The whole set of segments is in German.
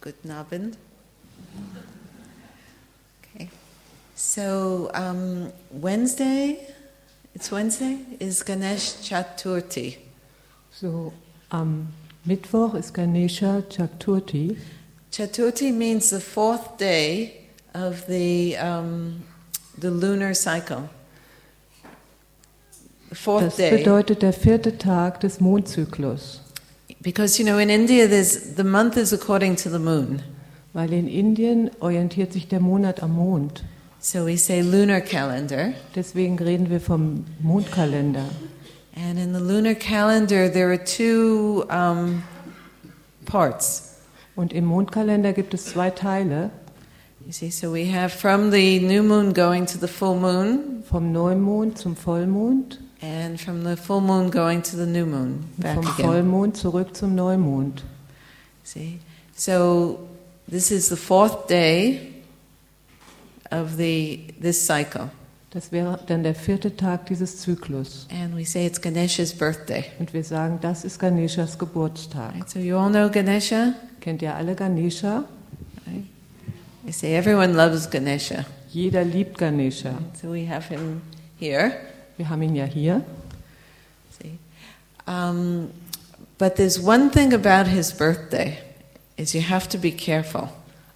Guten Abend. Okay. So, um, Wednesday, it's Wednesday, is Ganesh Chaturthi. So, am Mittwoch ist Ganesha Chaturthi. Chaturthi means the fourth day of the, um, the lunar cycle. The Das fourth day. bedeutet der vierte Tag des Mondzyklus, Because, you know, in India, there's, the month is according to the moon. weil in Indien orientiert sich der Monat am Mond. So we say lunar calendar. Deswegen reden wir vom Mondkalender. And in the lunar calendar, there are two um, parts. Und im Mondkalender gibt es zwei Teile, You see, so we have from the new moon going to the full moon, vom Neumond zum Vollmond and from the full moon going to the new moon. und Back vom again. Vollmond zurück zum Neumond. See, so this is the fourth day of the this cycle, Das wäre dann der vierte Tag dieses Zyklus. and we say it's Ganesha's birthday. Und wir sagen, das ist Ganeshas Geburtstag. Right, so you all know Ganesha. Kennt ihr alle Ganesha? Right? They say everyone loves Ganesha, Jeder liebt Ganesha. so we have him here. Wir haben ihn ja hier. See? Um, but there's one thing about his birthday is you have to be careful,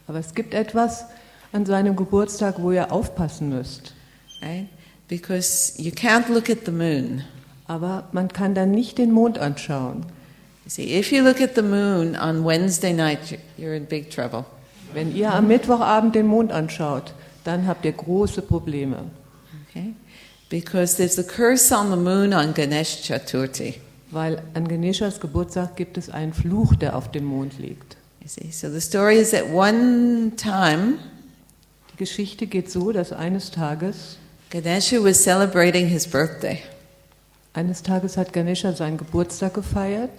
Aber es gibt etwas an seinem Geburtstag, wo ihr aufpassen müsst. right? Because you can't look at the moon. Aber man kann dann nicht den Mond anschauen. You see, if you look at the moon on Wednesday night, you- you're in big trouble. Wenn ihr am Mittwochabend den Mond anschaut, dann habt ihr große Probleme. Okay? Because there's a curse on the moon on Ganesh Chaturthi. Weil an Ganeshas Geburtstag gibt es einen Fluch, der auf dem Mond liegt. You see, so the story is at one time Die Geschichte geht so, dass eines Tages, Ganesha was celebrating his birthday. eines Tages hat Ganesha seinen Geburtstag gefeiert.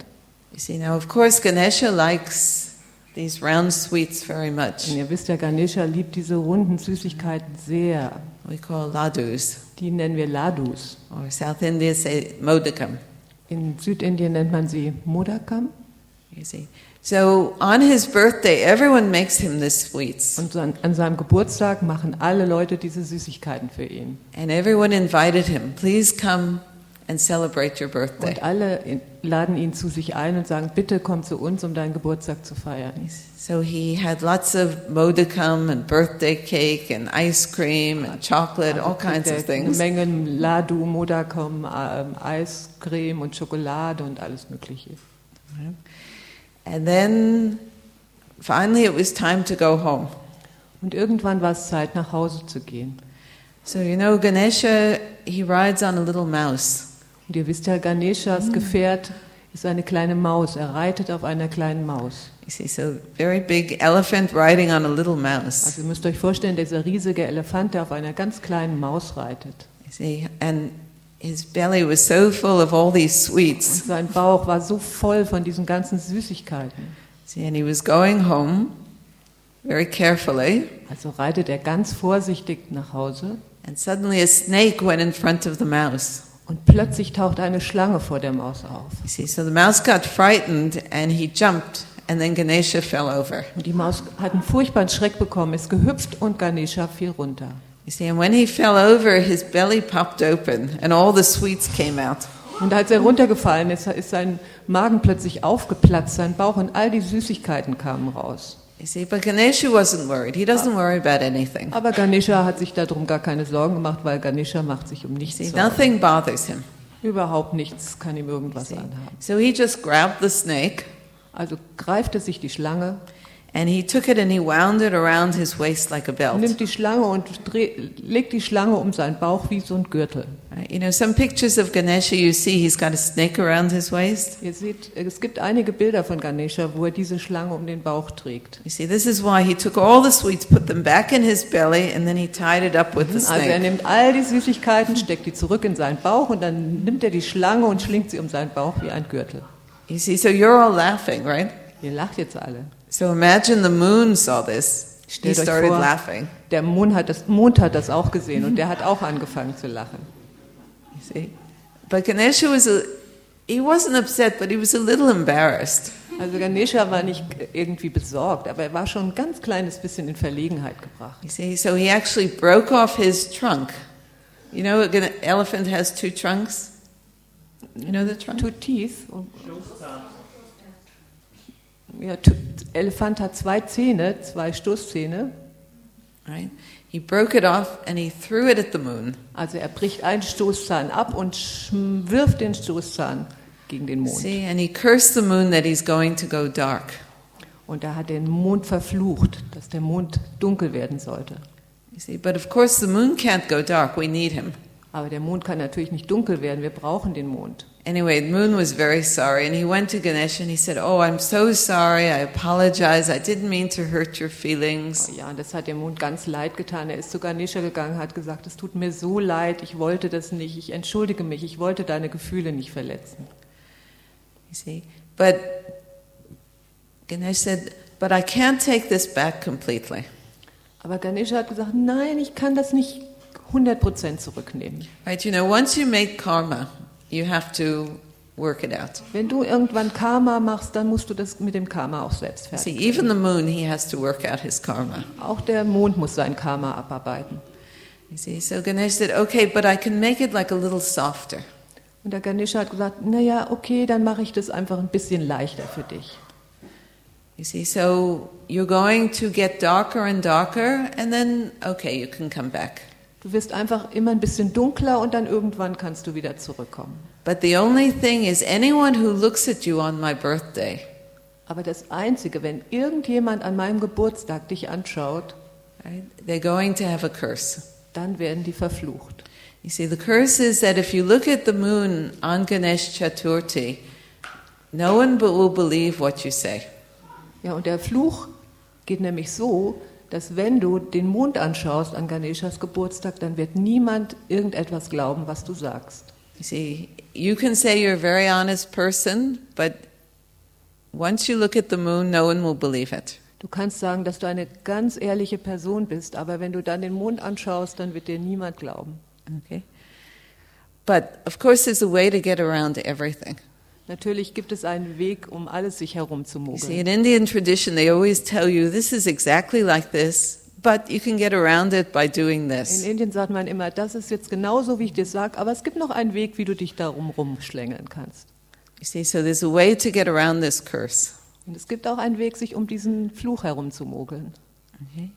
You see, now of course Ganesha likes these round sweets very much. Und ihr wisst ja, Ganesha liebt diese runden Süßigkeiten sehr. we call ladus, Die nennen wir Ladus. or South India say modicum. In Südindien nennt man sie Modakam. You see, so on his birthday, everyone makes him the sweets, Und an, an seinem Geburtstag machen alle Leute diese Süßigkeiten für ihn. and everyone invited him. Please come and celebrate your birthday. Und alle in, laden ihn zu sich ein und sagen, bitte komm zu uns, um deinen Geburtstag zu feiern. Also So he had lots of modicum and birthday cake and ice cream and chocolate, all kinds of kriegt er eine things. Menge Ladu, Modakam, ähm, Eiscreme und Schokolade und alles Mögliche. And then finally, it was time to go home. Und irgendwann war es Zeit, nach Hause zu gehen. So you know, Ganesha he rides on a little mouse. Und ihr wisst ja, Ganeshas Gefährt ist eine kleine Maus. Er reitet auf einer kleinen Maus. You see, so very big elephant riding on a little mouse. Also ihr müsst euch vorstellen, dieser riesige Elefant, der auf einer ganz kleinen Maus reitet. You see, and his belly was so full of all these sweets. Sein Bauch war so voll von diesen ganzen Süßigkeiten. See, and he was going home very carefully, Also reitet er ganz vorsichtig nach Hause and suddenly a snake went in front of the mouse. und plötzlich taucht eine Schlange vor der Maus auf. You see, so the mouse got frightened and he jumped, and then Ganesha fell over. Und die Maus hat einen furchtbaren Schreck bekommen, ist gehüpft und Ganesha fiel runter. You see, and when he fell over, his belly popped open, and all the sweets came out. Und als er runtergefallen ist, ist sein Magen plötzlich aufgeplatzt, sein Bauch und all die Süßigkeiten kamen raus. You see, but Ganesha wasn't worried. He doesn't worry about anything. Aber Ganesha hat sich darum gar keine Sorgen gemacht, weil Ganesha macht sich um You see, nichts Sorgen. nothing bothers him. Überhaupt nichts kann ihm irgendwas See? anhaben. So he just grabbed the snake Also greift er sich die Schlange, and he took it and he wound it around his waist like a belt. nimmt die Schlange und dreh, legt die Schlange um seinen Bauch wie so ein Gürtel. Right? You know, some pictures of Ganesha, you see he's got a snake around his waist. Ihr seht, es gibt einige Bilder von Ganesha, wo er diese Schlange um den Bauch trägt. You see, this is why he took all the sweets, put them back in his belly, and then he tied it up with the Also er snake. nimmt all die Süßigkeiten, steckt die zurück in seinen Bauch und dann nimmt er die Schlange und schlingt sie um seinen Bauch wie ein Gürtel. You see, so you're all laughing, right? Ihr lacht jetzt alle. So imagine the moon saw this. He Stellt euch started vor. laughing. Der Mond hat das, Mond hat das auch gesehen und der hat auch angefangen zu lachen. You see, but Ganesha was a. He wasn't upset, but he was a little embarrassed. Also Ganesha war nicht irgendwie besorgt, aber er war schon ein ganz kleines bisschen in Verlegenheit gebracht. You see, so he actually broke off his trunk. You know, an elephant has two trunks. You know the trunk? Two teeth. und- Ja, tu- Elefant hat zwei Zähne, zwei Stoßzähne. Right? He broke it off and he threw it at the moon. Also er bricht einen Stoßzahn ab und schm- wirft den Stoßzahn gegen den Mond. See, and he cursed the moon that he's going to go dark. Und er hat den Mond verflucht, dass der Mond dunkel werden sollte. You see, but of course the moon can't go dark. We need him. Aber der Mond kann natürlich nicht dunkel werden, wir brauchen den Mond. Anyway, the moon was very sorry, and he went to Ganesha and he said, "Oh, I'm so sorry. I apologize. I didn't mean to hurt your feelings." Oh ja, und das hat dem Mond ganz leid getan. Er ist zu Ganesha gegangen, hat gesagt, es tut mir so leid, ich wollte das nicht, ich entschuldige mich, ich wollte deine Gefühle nicht verletzen. You see, but Ganesha said, "But I can't take this back completely." Aber Ganesha hat gesagt, nein, ich kann das nicht 100% zurücknehmen. Right? You know, once you make karma, you have to work it out. Wenn du irgendwann Karma machst, dann musst du das mit dem Karma auch selbst See, fertig. even the moon, he has to work out his karma. Auch der Mond muss sein Karma abarbeiten. You see, so Ganesh said, okay, but I can make it like a little softer. Und der Ganesha hat gesagt, naja, okay, dann mache ich das einfach ein bisschen leichter für dich. You see, so you're going to get darker and darker, and then, okay, you can come back. Du wirst einfach immer ein bisschen dunkler und dann irgendwann kannst du wieder zurückkommen. But the only thing is, anyone who looks at you on my birthday, Aber das Einzige, wenn irgendjemand an meinem Geburtstag dich anschaut, right, they're going to have a curse. dann werden die verflucht. You see, the curse is that if you look at the moon on Ganesh Chaturthi, no one but will believe what you say. Ja, und der Fluch geht nämlich so, dass wenn du den Mond anschaust an Ganeshas Geburtstag, dann wird niemand irgendetwas glauben, was du sagst. You see, you can say you're a very honest person, but once you look at the moon, no one will believe it. Du kannst sagen, dass du eine ganz ehrliche Person bist, aber wenn du dann den Mond anschaust, dann wird dir niemand glauben. Okay? But of course, there's a way to get around everything. Natürlich gibt es einen Weg, um alles sich herum zu You see, mogeln. in Indian tradition, they always tell you this is exactly like this, but you can get around it by doing In this. Indien sagt man immer, das ist jetzt genauso, wie ich dir sage, aber es gibt noch einen Weg, wie du dich darum rumschlängeln kannst. You see, so there's a way to get around this curse. Und es gibt auch einen Weg, sich um diesen Fluch herum zu mogeln. Okay?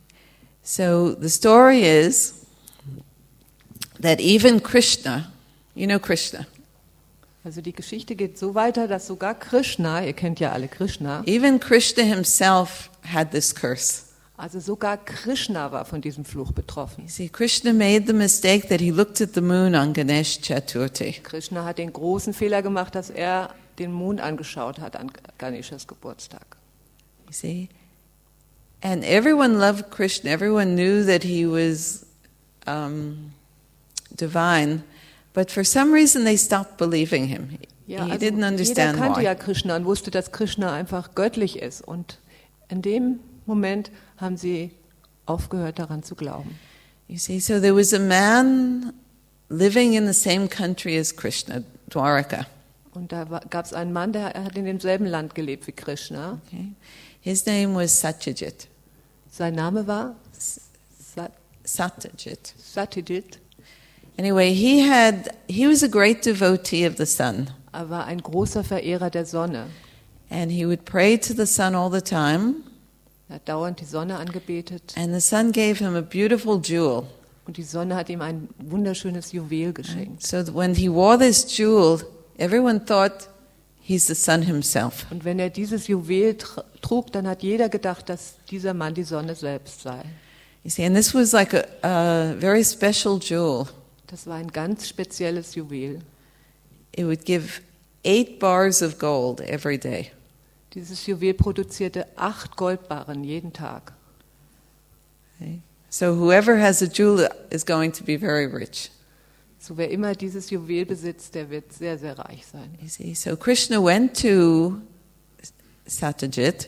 So the story is that even Krishna, you know Krishna, Also die Geschichte geht so weiter, dass sogar Krishna, ihr kennt ja alle Krishna, Even Krishna himself had this curse. also sogar Krishna war von diesem Fluch betroffen. You see, Krishna made the mistake that he looked at the moon on Ganesh Chaturthi. Krishna hat den großen Fehler gemacht, dass er den Mond angeschaut hat an Ganeshas Geburtstag. You see? And everyone loved Krishna. Everyone knew that he was um, divine. But for some reason, they stopped believing him. he also didn't jeder understand kannte why. ja Krishna und wusste, dass Krishna einfach göttlich ist. Und in dem Moment haben sie aufgehört, daran zu glauben. You see, so there was a man living in the same country as Krishna, Dwaraka. Und da gab es einen Mann, der er hat in demselben Land gelebt wie Krishna. Okay? His name was Satyajit. Sein Name war Sa- Satyajit. Satyajit. Anyway, he had he was a great devotee of the sun, Er war ein großer Verehrer der Sonne. and he would pray to the sun all the time. Er hat dauernd die Sonne angebetet And the sun gave him a beautiful jewel. und die Sonne hat ihm ein wunderschönes Juwel geschenkt. So that when he wore this jewel, everyone thought he's the sun himself. Und wenn er dieses Juwel tr- trug, dann hat jeder gedacht, dass dieser Mann die Sonne selbst sei. You see, and this was like a, a very special jewel. Das war ein ganz spezielles Juwel. It would give eight bars of gold every day. Dieses Juwel produzierte acht Goldbarren jeden Tag. okay? So whoever has a jewel is going to be very rich. So wer immer dieses Juwel besitzt, der wird sehr, sehr reich sein. You see, so Krishna went to Satyajit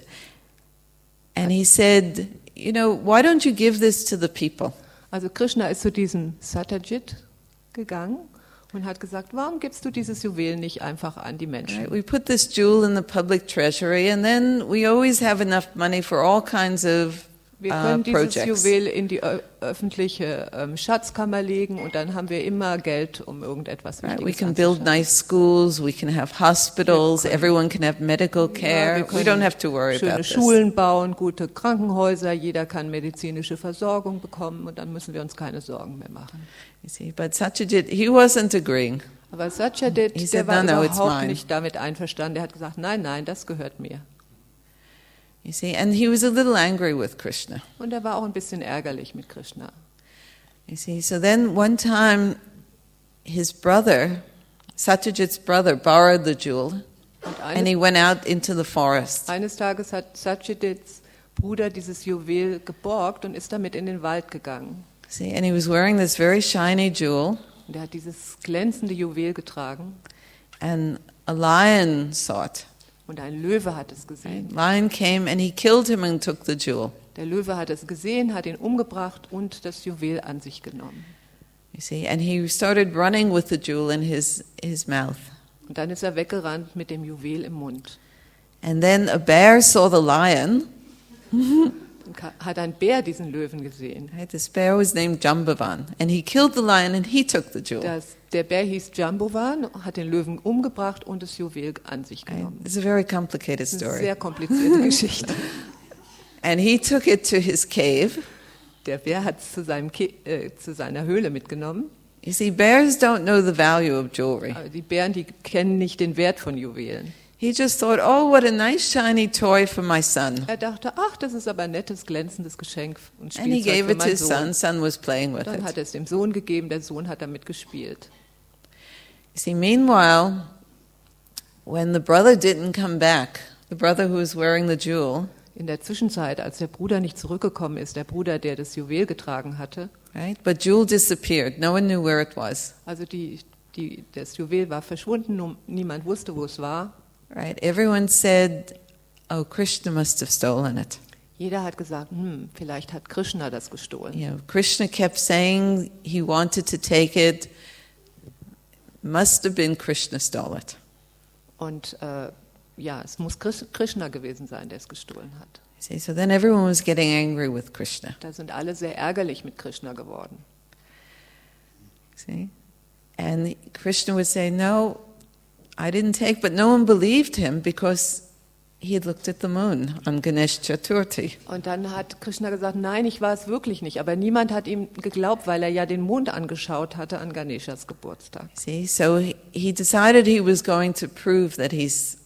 and he said, You know, why don't you give this to the people? Also Krishna ist zu diesem Satyajit gegangen und hat gesagt, warum gibst du dieses Juwel nicht einfach an die Menschen? Right? We put this jewel in the public treasury, and then we always have enough money for all kinds of Wir uh, können dieses projects. Juwel in die ö- öffentliche ähm, Schatzkammer legen und dann haben wir immer Geld, um irgendetwas Right? Wichtiges We can build anzuschaffen. nice schools, we can have hospitals, everyone can have medical care. wir we können don't have to worry schöne about this. Schulen bauen, gute Krankenhäuser, jeder kann medizinische Versorgung bekommen und dann müssen wir uns keine Sorgen mehr machen. You see, but Satyajit, he wasn't agreeing. Aber Satyajit, He der said, war "No, no, it's überhaupt mine." nicht damit einverstanden. Er hat gesagt, nein, nein, das gehört mir. You see, and he was a little angry with Krishna. Und er war auch ein bisschen ärgerlich mit Krishna. You see, so then one time, his brother, Satyajit's brother, borrowed the jewel, and Und eines, he went out into the forest. eines Tages hat Satyajits Bruder dieses Juwel geborgt und ist damit in den Wald gegangen. See, and he was wearing this very shiny jewel, Und er hat dieses glänzende Juwel getragen and a lion saw it. und ein Löwe hat es gesehen. Right? Lion came and he killed him and took the jewel. Der Löwe hat es gesehen, hat ihn umgebracht und das Juwel an sich genommen. You see, and he started running with the jewel in his, his mouth. Und dann ist er weggerannt mit dem Juwel im Mund. And then a bear saw the lion. Dann ka- hat ein Bär diesen Löwen gesehen. Right? This bear was named Jambavan, and he killed the lion and he took the jewel. Das, der Bär hieß Jambovan, hat den Löwen umgebracht und das Juwel an sich Right? genommen. It's a very complicated Das ist eine story. sehr komplizierte Geschichte. And he took it to his cave. Der Bär hat es zu, seinem Ki- äh, zu seiner Höhle mitgenommen. You see, bears don't know the value of jewelry. Aber die Bären, die kennen nicht den Wert von Juwelen. He just thought, oh, what a nice shiny toy for my son. Er dachte, ach, das ist aber ein nettes, glänzendes Geschenk und And he Spielzeug gave für it to meinen his son. Sohn. Son was playing with Dann it. hat er es dem Sohn gegeben, der Sohn hat damit gespielt. You see, meanwhile, when the brother didn't come back, the brother who was wearing the jewel, In der Zwischenzeit, als der Bruder nicht zurückgekommen ist, der Bruder, der das Juwel getragen hatte, right? But jewel disappeared. No one knew where it was, also die, die, das Juwel war verschwunden, nun- niemand wusste, wo es war. right? Everyone said, oh, Krishna must have stolen it. Jeder hat gesagt, hm, vielleicht hat Krishna das gestohlen. You know, Krishna kept saying he wanted to take it. Must have been Krishna stole it. Und äh, ja, es muss Krish- Krishna gewesen sein, der es gestohlen hat. You see, so then everyone was getting angry with Krishna. Da sind alle sehr ärgerlich mit Krishna geworden. See? And Krishna would say, No, I didn't take, but no one believed him because he had looked at the moon on Ganesh Chaturthi. Und dann hat Krishna gesagt, nein, ich war es wirklich nicht. Aber niemand hat ihm geglaubt, weil er ja den Mond angeschaut hatte an Ganeshas Geburtstag. See? So he, he decided he was going to prove that he's,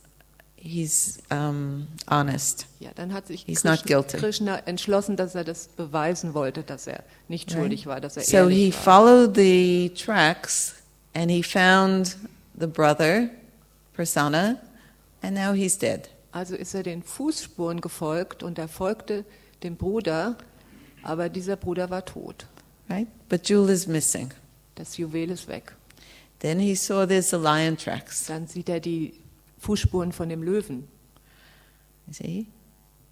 he's um, honest. Ja, dann hat sich He's not Krishna, guilty. Krishna entschlossen, dass er das beweisen wollte, dass er nicht schuldig war, dass er So he ehrlich war. followed the tracks and he found the brother, Prasanna, and now he's dead. Also ist er den Fußspuren gefolgt und er folgte dem Bruder, aber dieser Bruder war tot. Right? But Jewel is missing. Das Juwel ist weg. Then he saw there's the lion tracks. Dann sieht er die Fußspuren von dem Löwen. You see?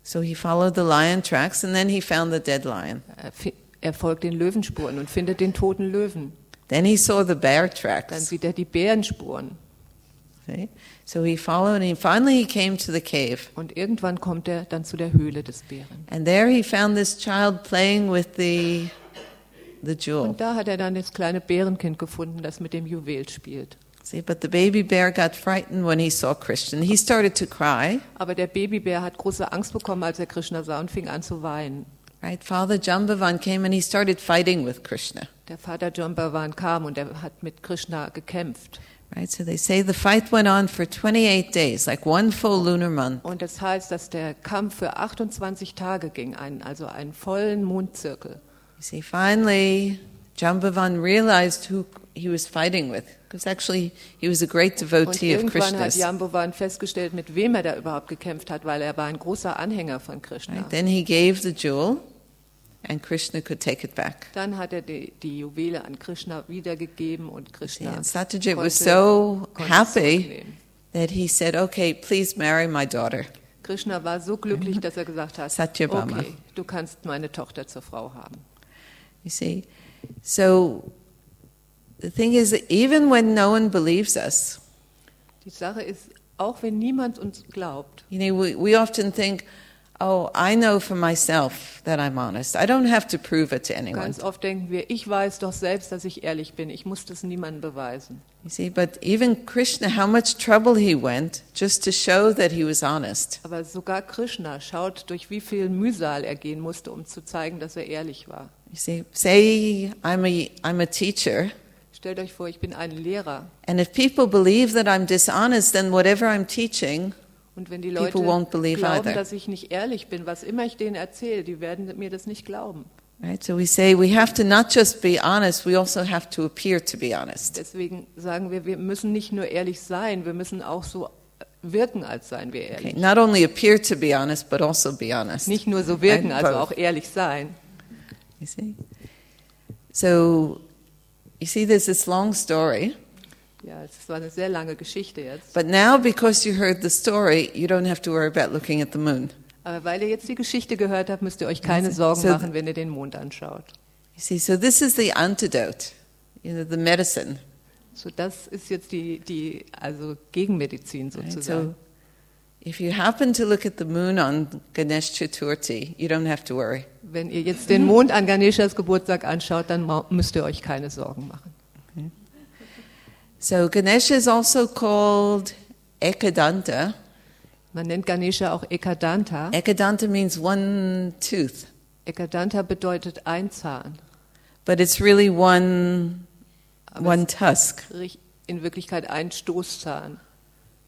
So he followed the lion tracks and then he found the dead lion. Er fi- Er folgt den Löwenspuren und findet den toten Löwen. Then he saw the bear Dann tracks. sieht er die Bärenspuren. See? So he followed and finally he came to the cave. Und irgendwann kommt er dann zu der Höhle des Bären. And there he found this child playing with the, the jewel. Und da hat er dann das kleine Bärenkind gefunden, das mit dem Juwel spielt. See, but the baby bear got frightened when he saw Krishna. He started to cry. Aber der Babybär hat große Angst bekommen, als er Krishna sah und fing an zu weinen. Right? Father Jambavan came and he started fighting with Krishna. Der Vater Jambavan kam und er hat mit Krishna gekämpft. Right? So they say the fight went on for 28 days, like one full lunar month. Und das heißt, dass der Kampf für 28 Tage ging, einen, also einen vollen Mondzirkel. You see, finally, Jambavan realized who he was fighting with, because actually he was a great Und devotee of irgendwann hat Krishna's. Jambavan festgestellt, mit wem er da überhaupt gekämpft hat, weil er war ein großer Anhänger von Krishna. Right? Then he gave the jewel, and Krishna could take it back. Dann hat er die, die Juwele an Krishna wiedergegeben und See, Krishna and Satyajit was konnte- so konnte es happy zurücknehmen. that he said, okay, please marry my daughter. Krishna war so glücklich, dass er gesagt hat, Satyabhama. okay, du kannst meine Tochter zur Frau haben. You see? So the thing is, even when no one believes us, Die Sache ist, auch wenn niemand uns glaubt, you know, we, we often think, oh, I know for myself that I'm honest. I don't have to prove it to anyone. ganz oft denken wir, ich weiß doch selbst, dass ich ehrlich bin, ich muss das niemandem beweisen. You see, but even Krishna, how much trouble he went just to show that he was honest. Aber sogar Krishna schaut, durch wie viel Mühsal er gehen musste, um zu zeigen, dass er ehrlich war. You see, say I'm a, I'm a teacher, Stellt euch vor, ich bin ein Lehrer and if people believe that I'm dishonest, then whatever I'm teaching, und wenn die People Leute won't believe glauben, either. dass ich nicht ehrlich bin, was immer ich denen erzähle, die werden mir das nicht glauben. right? So we say we have to not just be honest, we also have to appear to be honest. Deswegen sagen wir, wir müssen nicht nur ehrlich sein, wir müssen auch so wirken, als seien wir ehrlich. Okay, not only appear to be honest, but also be honest. Nicht nur so wirken, Nein, also both. auch ehrlich sein. You see? So, you see, there's this long story, Ja, es war eine sehr lange Geschichte jetzt. but now because you heard the story, you don't have to worry about looking at the moon. Aber weil ihr jetzt die Geschichte gehört habt, müsst ihr euch keine So- Sorgen so- machen, wenn ihr den Mond anschaut. You see, so this is the antidote, you know, the medicine. So, das ist jetzt die, die also Gegenmedizin right? sozusagen. So, if you happen to look at the moon on Ganesh Chaturthi, you don't have to worry. Wenn ihr jetzt den Mond an Ganeshas Geburtstag anschaut, dann ma- müsst ihr euch keine Sorgen machen. So, Ganesh is also called Ekadanta. Man nennt Ganesha auch Ekadanta. Ekadanta means one tooth, Ekadanta bedeutet ein Zahn. but it's really one, Aber one tusk. Rich- In Wirklichkeit ein Stoßzahn.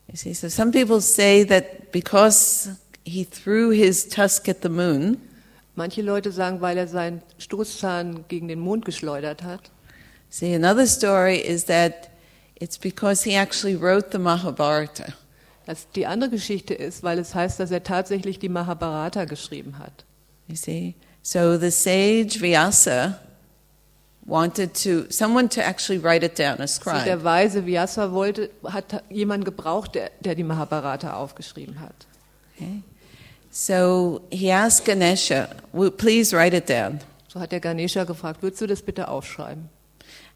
You see, so some people say that because he threw his tusk at the moon, Manche Leute sagen, weil er seinen Stoßzahn gegen den Mond geschleudert hat. see, another story is that it's because he actually wrote the Mahabharata. Das die andere Geschichte ist, weil es heißt, dass er tatsächlich die Mahabharata geschrieben hat. You see, so the sage Vyasa wanted to someone to actually write it down, a So der scribe. Weise Vyasa wollte, hat jemand gebraucht, der, der die Mahabharata aufgeschrieben hat. Okay. So he asked Ganesha, "Will- "Please write it down." So hat der Ganesha gefragt, würdest du das bitte aufschreiben?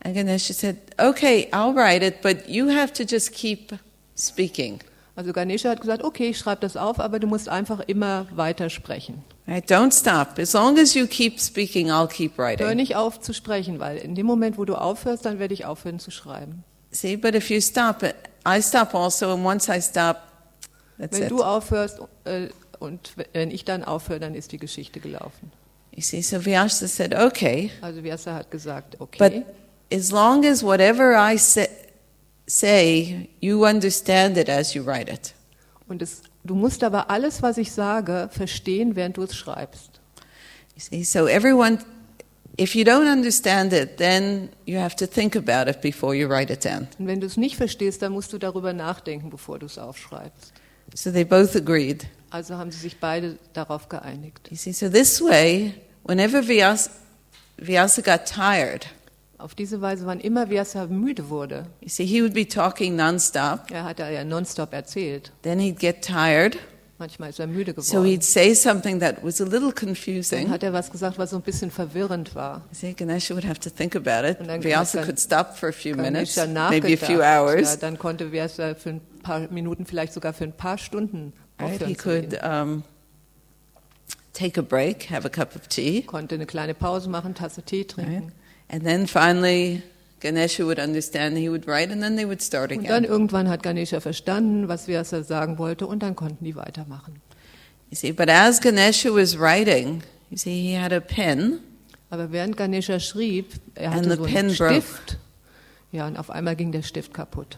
And Ganesha said, "Okay, I'll write it, but you have to just keep speaking." Also Ganesha hat gesagt, okay, ich schreibe das auf, aber du musst einfach immer weiter sprechen. Right, don't stop. As long as you keep speaking, I'll keep Hör writing. nicht auf zu sprechen, weil in dem Moment, wo du aufhörst, dann werde ich aufhören zu schreiben. See, but if you stop, I stop also, and once I stop, that's Wenn it. du aufhörst äh, und wenn ich dann aufhöre, dann ist die Geschichte gelaufen. You see, so Vyasa said, okay, Also Vyasa hat gesagt, okay, but as long as whatever I say, say, you understand it as you write it. und es, du musst aber alles, was ich sage, verstehen, während du es schreibst. You see, so everyone, if you don't understand it, then you have to think about it before you write it down. Und wenn du es nicht verstehst, dann musst du darüber nachdenken, bevor du es aufschreibst. So they both agreed. Also haben sie sich beide darauf geeinigt. You see, so this way, whenever Vyasa, Vyasa got tired, Auf diese Weise, wann immer Vyasa müde wurde, You see, he would be talking nonstop. er hat ja nonstop erzählt, Then he'd get tired. manchmal ist er müde So geworden. he'd say something that was a little Dann confusing. hat er was gesagt, was so ein bisschen verwirrend war. You see, Ganesha would have to think about it. Und dann- Vyasa dann- could stop for a few minutes, Ganesha maybe a few nachgedacht. Ja, hours. dann konnte Vyasa für ein paar Minuten, vielleicht sogar für ein paar Stunden Right? aufhören He zu reden. could um, take a break, have a cup of tea. Konnte eine kleine Pause machen, Tasse Tee Right? trinken. And then finally, Ganesha would understand, he would write, and then they would start Und dann again. irgendwann hat Ganesha verstanden, was Vyasa sagen wollte und dann konnten die weitermachen. You see, but as Ganesha was writing, you see, he had a pen. Aber während Ganesha schrieb, er And hatte the so pen einen broke. Stift. Ja, und auf einmal ging der Stift kaputt.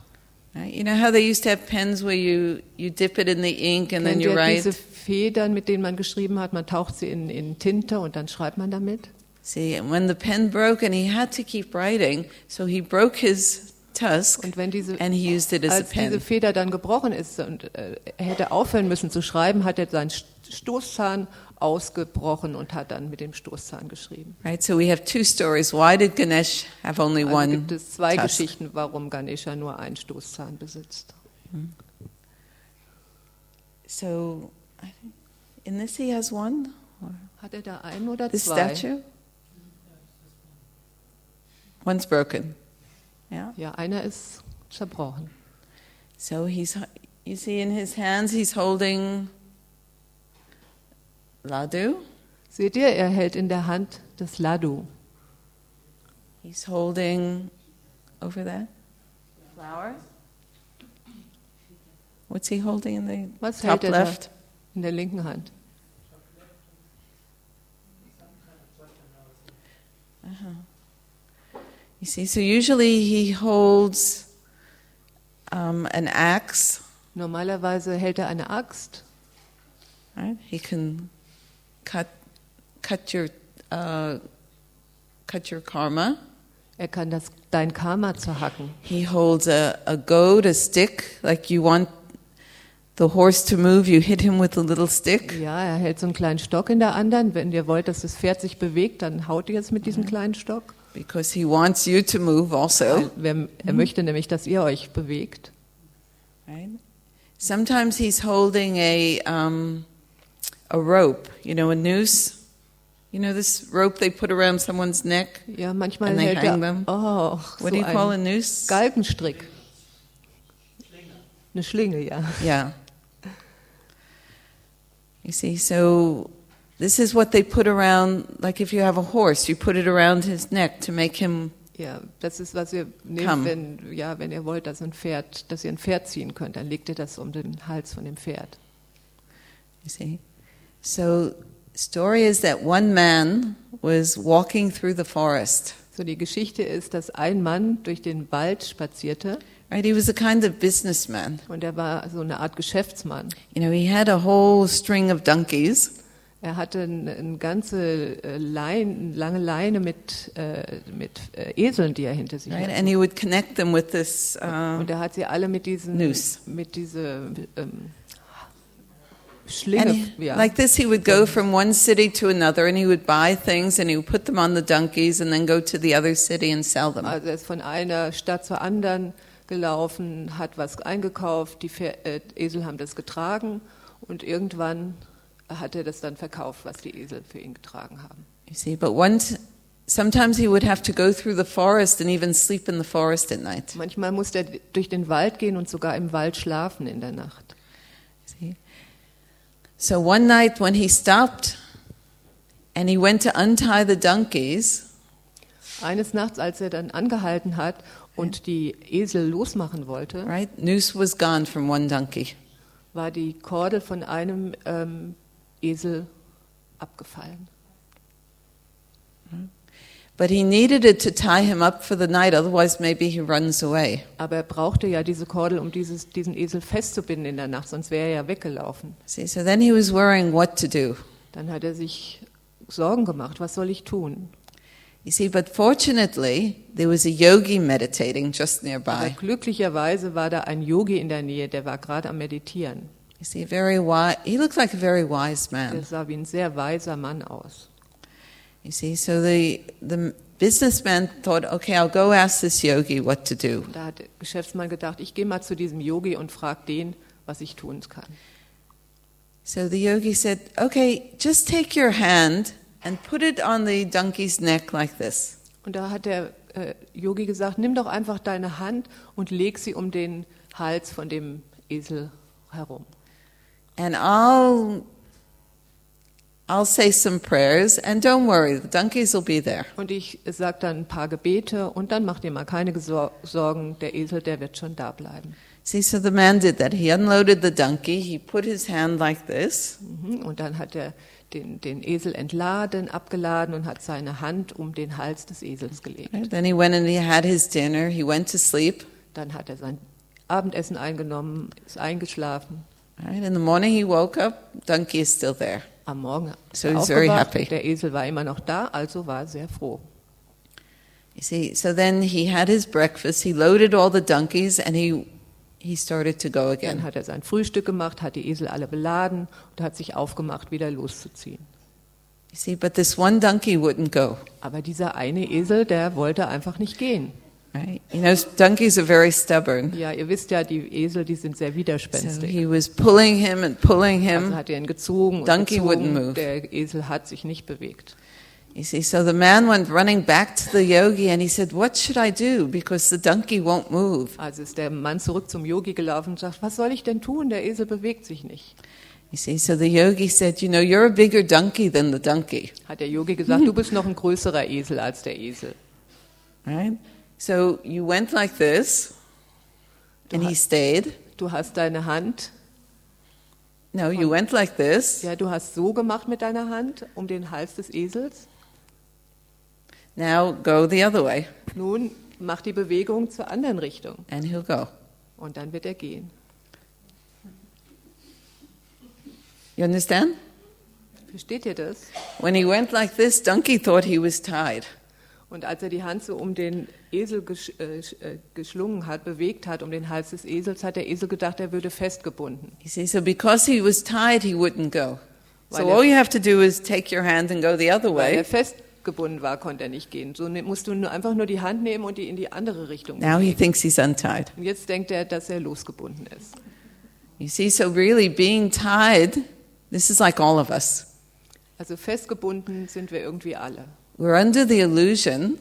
Right? You know how they used to have pens where you, you dip it in the ink and then Kennt you ihr write? diese Federn, mit denen man geschrieben hat, man taucht sie in, in Tinte und dann schreibt man damit? See, and when the pen broke and he had to keep writing, so he broke his tusk Und wenn diese and he used it as a Als diese pen. Feder dann gebrochen ist und äh, er hätte aufhören müssen zu schreiben, hat er seinen St- Stoßzahn ausgebrochen und hat dann mit dem Stoßzahn geschrieben. Right, so we have two stories. Why did Ganesh have only Also one gibt es zwei tusk? Geschichten, warum Ganesha nur einen Stoßzahn besitzt. So, I think- in this he has one? Or Hat er da einen oder this zwei? statue? One's broken. Yeah. Ja, einer ist zerbrochen. So he's, you see, in his hands he's holding ladu. Seht ihr, er hält in der Hand das Ladu. He's holding over there flower. What's he holding in the Was top hält er left? da in der linken Hand? You see, so usually he holds um, an axe. Normalerweise hält er eine Axt. Right? He can cut cut your uh, cut your karma. Er kann das, dein Karma zerhacken. He holds a, a goad, a stick, like you want the horse to move, you hit him with a little stick. Ja, er hält so einen kleinen Stock in der anderen. Wenn ihr wollt, dass das Pferd sich bewegt, dann haut ihr es mit diesem kleinen Stock. Because he wants you to move also. Weil wer, er möchte nämlich, dass ihr euch bewegt. Right? Sometimes he's holding a um, a rope, you know, a noose. You know this rope they put around someone's neck Ja, manchmal And they hält hang them. er oh, so What do you call a einen noose? Galgenstrick. Eine Schlinge, ja. Yeah. You see, so this is what they put around, like if you have a horse, you put it around his neck to make him. Ja, das ist, was ihr Kamm. nehmt, wenn, ja, wenn ihr wollt, dass, ein Pferd, dass ihr ein Pferd ziehen könnt, dann legt ihr das um den Hals von dem Pferd. You see? So, story is that one man was walking through the forest. So, die Geschichte ist, dass ein Mann durch den Wald spazierte Right? He was a kind of businessman. und er war so eine Art Geschäftsmann. You know, he had a whole string of donkeys, Er hatte eine, eine ganze äh, Leine, eine lange Leine mit, äh, mit äh, Eseln, die er hinter sich right? hatte. And he would connect them with this. Uh, Und er hat sie alle mit diesen Noose. mit diese ähm, and Schlinge, he- ja. like this, he would go from one city to another and he would buy things and he would put them on the donkeys and then go to the other city and sell them. also er ist von einer Stadt zur anderen gelaufen, hat was eingekauft, die Pfer äh, Esel haben das getragen und irgendwann hat er das dann verkauft, was die Esel für ihn getragen haben. You see, but once, sometimes he would have to go through the forest and even sleep in the forest at night. Manchmal musste er durch den Wald gehen und sogar im Wald schlafen in der Nacht. See? So one night when he stopped and he went to untie the donkeys, Eines Nachts, als er dann angehalten hat und die Esel losmachen wollte, right? Noose was gone from one donkey. war die Kordel von einem ähm, Esel abgefallen. But he needed it to tie him up for the night, otherwise, maybe he runs away. Aber er brauchte ja diese Kordel, um dieses, diesen Esel festzubinden in der Nacht, sonst wäre er ja weggelaufen. See, so then he was worrying what to do. Dann hat er sich Sorgen gemacht, was soll ich tun? You see, but fortunately, there was a yogi meditating just Aber nearby. glücklicherweise war da ein Yogi in der Nähe, der war gerade am Meditieren. You see, very wise. He looked like a very wise Der man. sah wie ein sehr weiser Mann aus. You see, so the the businessman thought, okay, I'll go ask this yogi what to do. Da hat der Geschäftsmann gedacht, ich gehe mal zu diesem Yogi und frage den, was ich tun kann. So the yogi said, okay, just take your hand and put it on the donkey's neck like this. Und da hat der äh, Yogi gesagt, nimm doch einfach deine Hand und leg sie um den Hals von dem Esel herum. and I'll I'll say some prayers and don't worry, the donkeys will be there. Und ich sag dann ein paar Gebete und dann mach dir mal keine Gesor- Sorgen, der Esel, der wird schon da bleiben. See, so the man did that. He unloaded the donkey, he put his hand like this, Mhm. Und dann hat er den, den Esel entladen, abgeladen und hat seine Hand um den Hals des Esels gelegt. right? then he went and he had his dinner, he went to sleep. Dann hat er sein Abendessen eingenommen, ist eingeschlafen. Right? In the morning he woke up, donkey is still there. Am Morgen ist So er he's very aufgewacht, happy. der Esel war immer noch da, also war er sehr froh. You see, so then he had his breakfast, he loaded all the donkeys and he he started to go Dann again. hat er sein Frühstück gemacht, hat die Esel alle beladen und hat sich aufgemacht, wieder loszuziehen. You see, but this one donkey wouldn't go. Aber dieser eine Esel, der wollte einfach nicht gehen. Right? You know, donkeys are very stubborn. Ja, ihr wisst ja, die Esel, die sind sehr So widerspenstig. he was pulling him and pulling him. Also hat er ihn gezogen und ähm, Donkey wouldn't gezogen. move. Der Esel hat sich nicht bewegt. You see, so the man went running back to the yogi and he said, What should I do? Because the donkey won't move. Also ist der Mann zurück zum Yogi gelaufen und sagt, was soll ich denn tun? Der Esel bewegt sich nicht. You see, so the yogi said, You know, you're a bigger donkey than the donkey, Hat der Yogi gesagt, du bist noch ein größerer Esel als der Esel. right? So you went like this and he stayed. Du hast deine Hand, No, you went like this. ja, du hast so gemacht mit deiner Hand um den Hals des Esels. Now go the other way Nun mach die Bewegung zur anderen Richtung and he'll go. und dann wird er gehen. You understand? Versteht ihr das? When he went like this, donkey thought he was tied. Und als er die Hand so um den Esel gesch äh, sch- äh, geschlungen hat, bewegt hat, um den Hals des Esels, hat der Esel gedacht, er würde festgebunden. You see, so because he was tied, he wouldn't go. So Why all you have to do is take your hand and go the other Weil er way. festgebunden war, konnte er nicht gehen. So ne- musst du nur einfach nur die Hand nehmen und die in die andere Richtung. Now he thinks he's untied. Und jetzt denkt er, dass er losgebunden ist. You see, so really being tied, this is like all of us. Also festgebunden sind wir irgendwie alle. We're under the illusion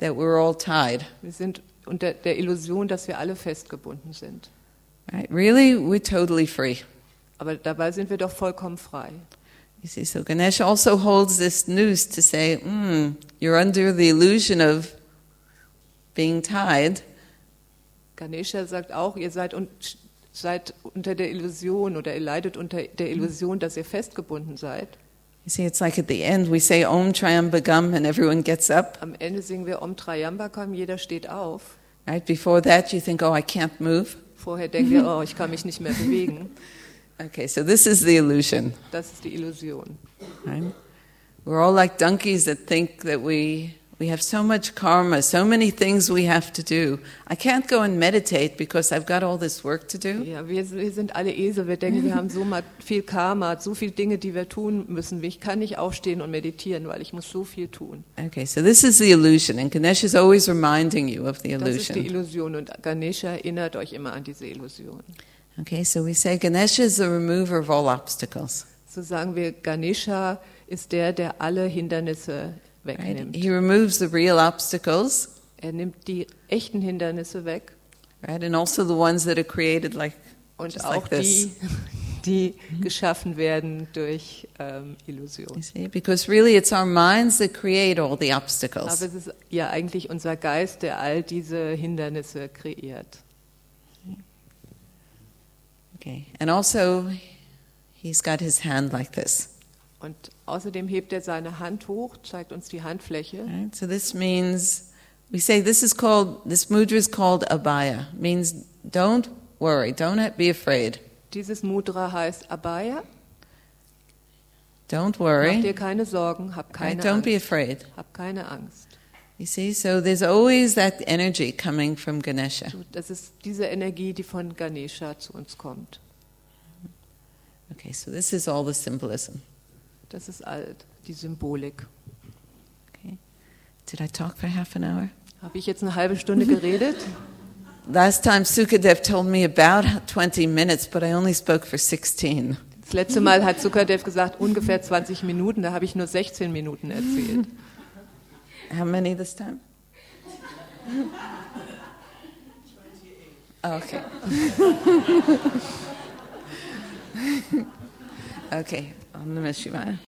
that we're all tied. Wir sind unter der Illusion, dass wir alle festgebunden sind. Right? Really, we're totally free. Aber dabei sind wir doch vollkommen frei. You see, so Ganesh also holds this noose to say, mm, you're under the illusion of being tied, Ganesha sagt auch, ihr seid, un seid unter der Illusion oder ihr leidet unter der Illusion, dass ihr festgebunden seid. You see, it's like at the end we say Om Triamba Gum and everyone gets up. Am Ende singen wir Om Triambakam, jeder steht auf. Right before that, you think, oh, I can't move. Vorher denken wir, oh, ich kann mich nicht mehr bewegen. Okay, so this is the illusion. Das ist die Illusion. Right? We're all like donkeys that think that we, we have so much karma, so many things we have to do. I can't go and meditate because I've got all this work to do. Ja, wir, wir sind alle Esel. Wir denken, wir haben so ma- viel Karma, so viele Dinge, die wir tun müssen. Ich kann nicht aufstehen und meditieren, weil ich muss so viel tun. Okay, so this is the illusion, and Ganesh is always reminding you of the Das ist die illusion. Illusion und Ganesha erinnert euch immer an diese Illusion. Okay, so we say Ganesh is the remover of all obstacles. So sagen wir, Ganesha ist der, der alle Hindernisse Right? wegnimmt. He removes the real obstacles. Er nimmt die echten Hindernisse weg Right, and also the ones that are created like und just like auch this. die, die geschaffen werden durch ähm, Illusion. You see, because really it's our minds that create all the Aber obstacles. es ist ja eigentlich unser Geist, der all diese Hindernisse kreiert. Okay, and also he's got his hand like this. Und außerdem hebt er seine Hand hoch, zeigt uns die Handfläche. Right? So this means we say this is called this mudra is called abaya, means don't worry, don't be afraid, Dieses Mudra heißt Abaya. don't Mach worry, dir keine Sorgen, hab right? keine don't be Angst. afraid. Hab keine Angst. You see, so there's always that energy coming from Ganesha. So, Das ist diese Energie, die von Ganesha zu uns kommt. Okay, so this is all the symbolism. Das ist all die Symbolik. Okay, did I talk for half an hour? Habe ich jetzt eine halbe Stunde geredet? Last time Sukadev told me about 20 minutes, but I only spoke for 16. Das letzte Mal hat Zuckerdev gesagt, ungefähr 20 Minuten, da habe ich nur 16 Minuten erzählt. How many this time? Oh, okay. okay, Om Namah Shivaya.